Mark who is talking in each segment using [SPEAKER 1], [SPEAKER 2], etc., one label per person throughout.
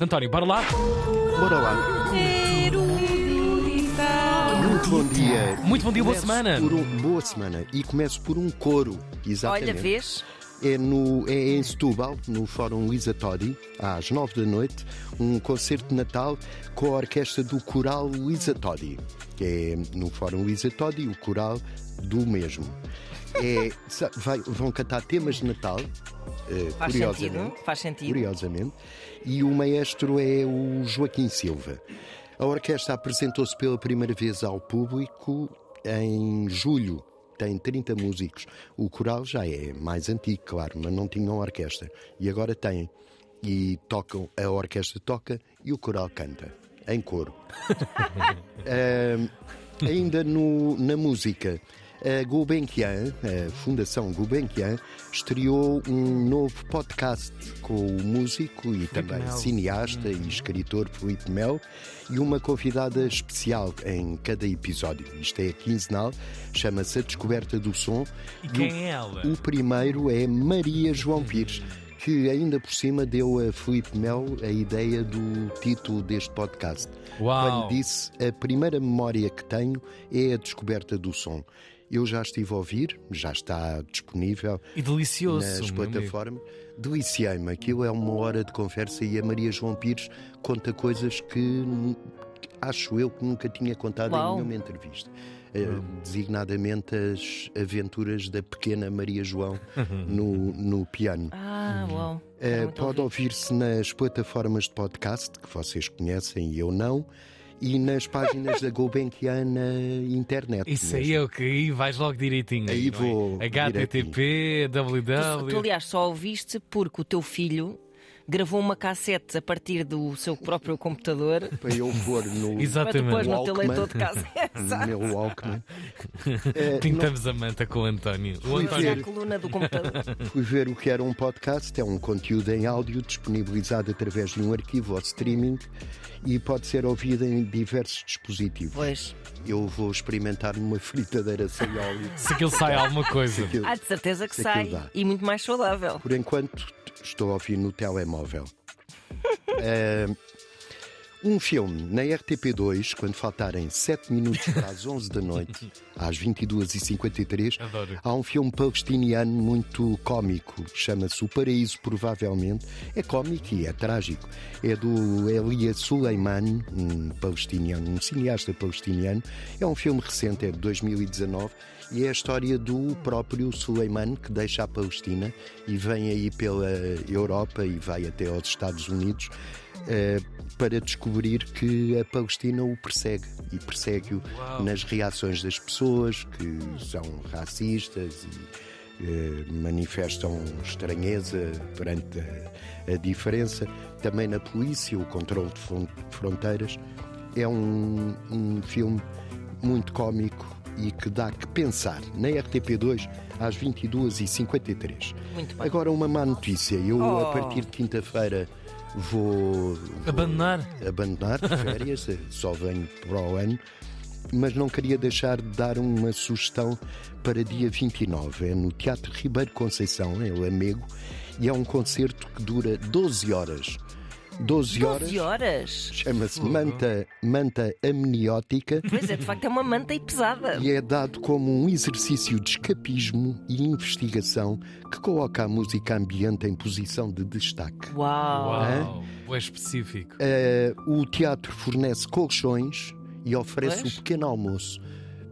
[SPEAKER 1] António, bora lá?
[SPEAKER 2] Bora lá. Muito bom dia.
[SPEAKER 1] Muito bom dia, boa
[SPEAKER 2] Começo
[SPEAKER 1] semana.
[SPEAKER 2] Por um, boa semana. E começo por um coro. Exatamente.
[SPEAKER 3] Olha, vês?
[SPEAKER 2] É, no, é em Setúbal, no Fórum Luísa Todi, às nove da noite, um concerto de Natal com a orquestra do Coral Luísa Todi. É no Fórum Luísa Todi, o coral do mesmo. É, sa- vai- vão cantar temas de Natal, eh,
[SPEAKER 3] Faz
[SPEAKER 2] curiosamente.
[SPEAKER 3] sentido, faz sentido.
[SPEAKER 2] Curiosamente. E o maestro é o Joaquim Silva. A orquestra apresentou-se pela primeira vez ao público em julho. Tem 30 músicos. O coral já é mais antigo, claro, mas não tinham orquestra. E agora têm. E tocam, a orquestra toca e o coral canta, em coro. Ahm, ainda no- na música, a Gulbenkian, a Fundação Gulbenkian, estreou um novo podcast com o músico e também cineasta e escritor Felipe Mel e uma convidada especial em cada episódio. Isto é quinzenal, chama-se A Descoberta do Som.
[SPEAKER 1] E
[SPEAKER 2] o-
[SPEAKER 1] quem é ela?
[SPEAKER 2] o primeiro é Maria João Pires, que ainda por cima deu a Filipe Mel a ideia do título deste podcast.
[SPEAKER 1] Uau.
[SPEAKER 2] Quando disse, a primeira memória que tenho é a descoberta do som. Eu já estive a ouvir, já está disponível
[SPEAKER 1] E delicioso.
[SPEAKER 2] nas
[SPEAKER 1] meu amigo.
[SPEAKER 2] plataformas. É, Deliciei-me, aquilo é uma hora de conversa e a Maria João Pires conta coisas que nu- que acho eu que nunca tinha contado
[SPEAKER 3] Uau.
[SPEAKER 2] em nenhuma entrevista. Eh,
[SPEAKER 1] Hum.
[SPEAKER 2] designadamente as aventuras da pequena Maria João no, no piano.
[SPEAKER 3] Ah, uau.
[SPEAKER 1] é
[SPEAKER 2] Eh,
[SPEAKER 3] Era muito
[SPEAKER 2] pode
[SPEAKER 3] ouvido.
[SPEAKER 2] ouvir-se nas plataformas de podcast que vocês conhecem e eu não, e nas páginas da Gulbenkian na internet.
[SPEAKER 1] Isso aí
[SPEAKER 2] mesmo.
[SPEAKER 1] é o que aí vais logo direitinho.
[SPEAKER 2] Aí
[SPEAKER 1] não é?
[SPEAKER 2] vou
[SPEAKER 1] HTTP,
[SPEAKER 3] Tu, tu,
[SPEAKER 1] www.
[SPEAKER 3] aliás, só ouviste porque o teu filho gravou uma cassete a partir do seu próprio computador
[SPEAKER 2] Para eu pôr no,
[SPEAKER 3] para depois
[SPEAKER 1] Exatamente.
[SPEAKER 3] no teu
[SPEAKER 2] Walkman.
[SPEAKER 3] leitor de cassete.
[SPEAKER 2] no meu Walkman. Eh,
[SPEAKER 1] Pintamos a manta com o António. O
[SPEAKER 2] Fui
[SPEAKER 1] António.
[SPEAKER 3] Fazer a
[SPEAKER 2] ver.
[SPEAKER 3] coluna do computador.
[SPEAKER 2] Fui ver o que era um podcast, é um conteúdo em áudio disponibilizado através de um arquivo ou streaming e pode ser ouvido em diversos dispositivos.
[SPEAKER 3] Pois.
[SPEAKER 2] Eu vou experimentar numa fritadeira sem óleo.
[SPEAKER 1] Se aquilo sai alguma coisa.
[SPEAKER 2] Aquilo-
[SPEAKER 3] Há de certeza que
[SPEAKER 2] Se aquilo
[SPEAKER 3] sai
[SPEAKER 2] é dá.
[SPEAKER 3] e muito mais saudável.
[SPEAKER 2] Por enquanto, estou a ouvir no telemóvel. Ah, um filme na RTP2, quando faltarem 7 minutos para as 11 da noite, às 22h53,
[SPEAKER 1] Adoro.
[SPEAKER 2] há um filme palestiniano muito cómico. Chama-se O Paraíso, provavelmente. É cómico e é trágico. É do Elia Suleiman, um palestiniano, um cineasta palestiniano. É um filme recente, é de 2019, e é a história do próprio Suleiman que deixa a Palestina e vem aí pela Europa e vai até aos Estados Unidos. eh, para descobrir que a Palestina o persegue e persegue-o
[SPEAKER 1] Uau.
[SPEAKER 2] nas reações das pessoas que são racistas e eh, manifestam estranheza perante a, a diferença, também na polícia, o controle de fron- fronteiras. É um, um filme muito cómico e que dá que pensar na RTP2 às 22h53.
[SPEAKER 3] Muito bem.
[SPEAKER 2] Agora, uma má notícia: eu,
[SPEAKER 3] Oh.
[SPEAKER 2] a partir de quinta-feira, vou,
[SPEAKER 1] Abandonar.
[SPEAKER 2] abandonar de férias, eh, só venho para o ano, mas não queria deixar de dar uma sugestão para dia 29. É no Teatro Ribeiro Conceição, em Lamego, e é um concerto que dura 12 horas. 12 horas.
[SPEAKER 3] 12 horas?
[SPEAKER 2] Chama-se manta, manta amniótica
[SPEAKER 3] Pois é, de facto é uma manta e pesada.
[SPEAKER 2] e é dado como um exercício de escapismo e investigação que coloca a música ambiente em posição de destaque.
[SPEAKER 3] Uau!
[SPEAKER 1] Uau. É específico.
[SPEAKER 2] Eh, o teatro fornece colchões e oferece
[SPEAKER 3] Pois.
[SPEAKER 2] o pequeno almoço.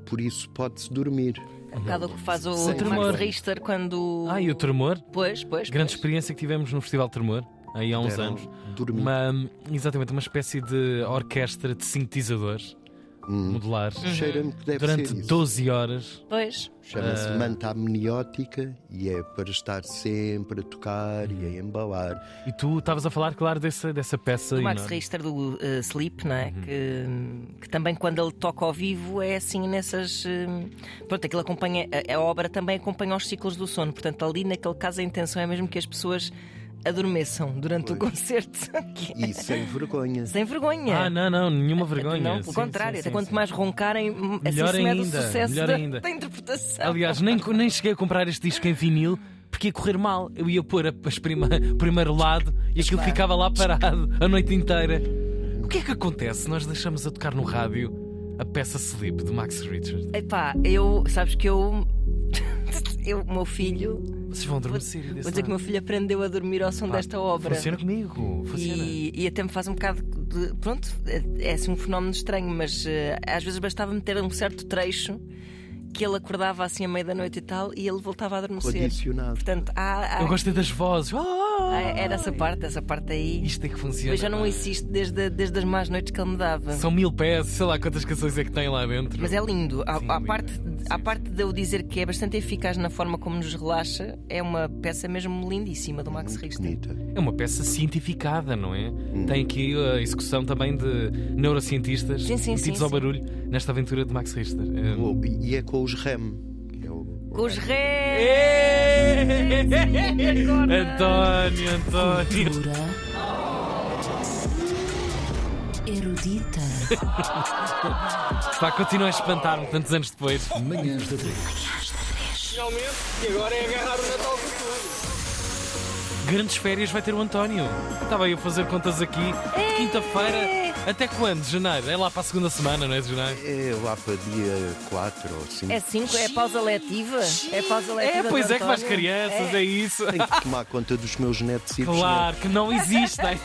[SPEAKER 2] Por isso pode-se dormir.
[SPEAKER 3] É um bocado o que faz o
[SPEAKER 2] Sem
[SPEAKER 3] Max
[SPEAKER 1] tremor.
[SPEAKER 3] Richter quando.
[SPEAKER 1] Ah, e o Tremor?
[SPEAKER 3] Pois, pois.
[SPEAKER 1] Grande
[SPEAKER 3] pois.
[SPEAKER 1] experiência que tivemos no Festival Tremor, aí há uns
[SPEAKER 2] Deram
[SPEAKER 1] anos.
[SPEAKER 2] Dormir.
[SPEAKER 1] Uma, exatamente, uma espécie de orquestra de sintetizadores modulares
[SPEAKER 3] Uhum.
[SPEAKER 2] Cheira-me que Hum. deve
[SPEAKER 1] durante eh,
[SPEAKER 2] ser isso.
[SPEAKER 1] 12 horas.
[SPEAKER 3] Pois.
[SPEAKER 2] Chama-se manta amniótica e é para estar sempre a tocar e a embalar.
[SPEAKER 1] E tu estavas a falar, claro, dessa, dessa peça.
[SPEAKER 3] O Max
[SPEAKER 1] enorme. Uhum.
[SPEAKER 3] Richter do eh, Sleep, não é? Que, que também quando ele toca ao vivo é assim nessas. eh, pronto, aquilo acompanha. A, a obra também acompanha os ciclos do sono. Portanto, ali naquele caso a intenção é mesmo que as pessoas adormeçam durante o concerto. Que é-
[SPEAKER 2] E sem vergonha.
[SPEAKER 3] Sem vergonha.
[SPEAKER 1] Ah, não, não, nenhuma vergonha.
[SPEAKER 3] é. Não,
[SPEAKER 1] Sim,
[SPEAKER 3] pelo contrário,
[SPEAKER 1] sim,
[SPEAKER 3] até
[SPEAKER 1] sim,
[SPEAKER 3] quanto
[SPEAKER 1] sim.
[SPEAKER 3] mais roncarem, assim
[SPEAKER 1] Melhor
[SPEAKER 3] se mede o
[SPEAKER 1] ainda,
[SPEAKER 3] sucesso
[SPEAKER 1] melhor
[SPEAKER 3] da,
[SPEAKER 1] ainda.
[SPEAKER 3] da interpretação.
[SPEAKER 1] Aliás, nem, nem cheguei a comprar este disco em vinil porque ia correr mal. Eu ia pôr a- as prima- o primeiro lado e aquilo ficava lá parado a noite inteira. O que é que acontece se nós deixamos a tocar no rádio a peça Sleep de Max Richard?
[SPEAKER 3] Epá, eu. Sabes que eu. eu o meu filho.
[SPEAKER 1] Vocês vão
[SPEAKER 3] Vou,
[SPEAKER 1] adormecer.
[SPEAKER 3] vou
[SPEAKER 1] desse
[SPEAKER 3] dizer que o meu
[SPEAKER 1] lado.
[SPEAKER 3] filho aprendeu a dormir ao som
[SPEAKER 1] Pá,
[SPEAKER 3] desta obra.
[SPEAKER 1] Funciona comigo. Funciona.
[SPEAKER 3] E, e até me faz um bocado de. Pronto, é, é assim um fenómeno estranho, mas eh, às vezes bastava meter um certo trecho que ele acordava assim à meia da noite e tal e ele voltava a adormecer.
[SPEAKER 2] Condicionado.
[SPEAKER 3] Portanto, há, há-
[SPEAKER 1] Eu gosto é das vozes.
[SPEAKER 3] há-
[SPEAKER 1] Ah,
[SPEAKER 3] é, era essa parte, essa parte aí.
[SPEAKER 1] Isto é que funciona.
[SPEAKER 3] Eu já não
[SPEAKER 1] pá.
[SPEAKER 3] insisto desde, desde as más noites que ele me dava.
[SPEAKER 1] São mil peças, sei lá quantas canções é que tem lá dentro.
[SPEAKER 3] Mas é lindo. A,
[SPEAKER 1] Sim,
[SPEAKER 3] a
[SPEAKER 1] lindo.
[SPEAKER 3] parte, a parte de eu dizer que é bastante eficaz na forma como nos relaxa, é uma peça mesmo lindíssima do Max
[SPEAKER 2] Muito
[SPEAKER 3] Richter.
[SPEAKER 2] bonita.
[SPEAKER 1] É uma peça cientificada, não é? Tem aqui a execução também de neurocientistas
[SPEAKER 3] Sim, sim,
[SPEAKER 1] metidos
[SPEAKER 3] sim,
[SPEAKER 1] ao
[SPEAKER 3] sim.
[SPEAKER 1] barulho nesta aventura de Max Richter. É-
[SPEAKER 2] Oh, E é com os rem. que é o-
[SPEAKER 3] Com os reis!
[SPEAKER 1] Êêêê! António, António.
[SPEAKER 4] Cultura erudita.
[SPEAKER 1] Pá, continua a espantar-me tantos anos depois.
[SPEAKER 5] Manhãs da 3.
[SPEAKER 1] Grandes férias vai ter o António. Estava eu a fazer contas aqui.
[SPEAKER 3] É.
[SPEAKER 1] Quinta-feira. Até quando? Janeiro? É lá para a segunda semana, não é, de Janeiro?
[SPEAKER 2] É lá para dia 4 ou 5.
[SPEAKER 3] É 5, é pausa letiva? É pausa letiva.
[SPEAKER 1] É,
[SPEAKER 3] do
[SPEAKER 1] pois é que faz
[SPEAKER 3] António?
[SPEAKER 1] crianças, é isso.
[SPEAKER 2] Tenho que tomar conta dos meus netos e dos
[SPEAKER 1] Claro que não existem.